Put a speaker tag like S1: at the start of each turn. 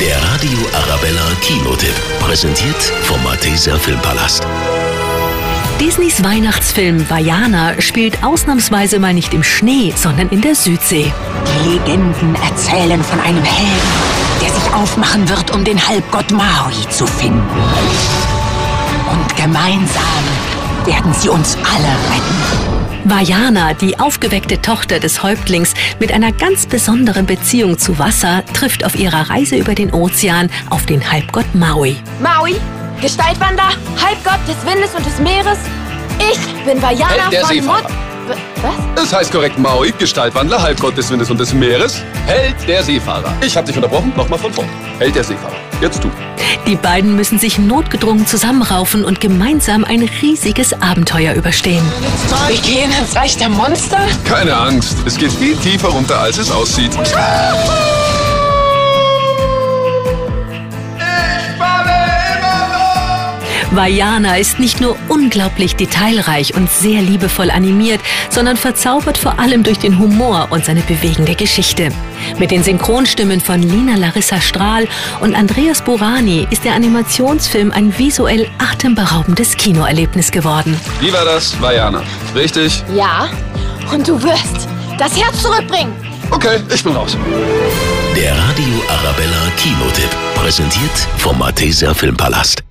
S1: Der Radio Arabella Kinotipp. Präsentiert vom Malteser Filmpalast.
S2: Disneys Weihnachtsfilm Vajana spielt ausnahmsweise mal nicht im Schnee, sondern in der Südsee.
S3: Die Legenden erzählen von einem Helden, der sich aufmachen wird, um den Halbgott Maui zu finden. Und gemeinsam werden sie uns alle retten.
S2: Vajana, die aufgeweckte Tochter des Häuptlings mit einer ganz besonderen Beziehung zu Wasser, trifft auf ihrer Reise über den Ozean auf den Halbgott Maui.
S4: Maui, Gestaltwander, Halbgott des Windes und des Meeres. Ich bin Vajana
S5: Äh, der
S4: von
S5: Seefahrer.
S4: Mut. W- Was?
S5: Es heißt korrekt Maui, Gestaltwandler, Halbgott des Windes und des Meeres, Held der Seefahrer. Ich hab dich unterbrochen, nochmal von vorn. Held der Seefahrer. Jetzt du.
S2: Die beiden müssen sich notgedrungen zusammenraufen und gemeinsam ein riesiges Abenteuer überstehen.
S3: Wir gehen ins Reich der Monster?
S5: Keine Angst, es geht viel tiefer runter, als es aussieht.
S2: Vajana ist nicht nur unglaublich detailreich und sehr liebevoll animiert, sondern verzaubert vor allem durch den Humor und seine bewegende Geschichte. Mit den Synchronstimmen von Lina Larissa Strahl und Andreas Borani ist der Animationsfilm ein visuell atemberaubendes Kinoerlebnis geworden.
S5: Wie war das? Vajana. Richtig?
S4: Ja, und du wirst das Herz zurückbringen.
S5: Okay, ich bin raus.
S1: Der Radio Arabella Kinotipp. Präsentiert vom Malteser Filmpalast.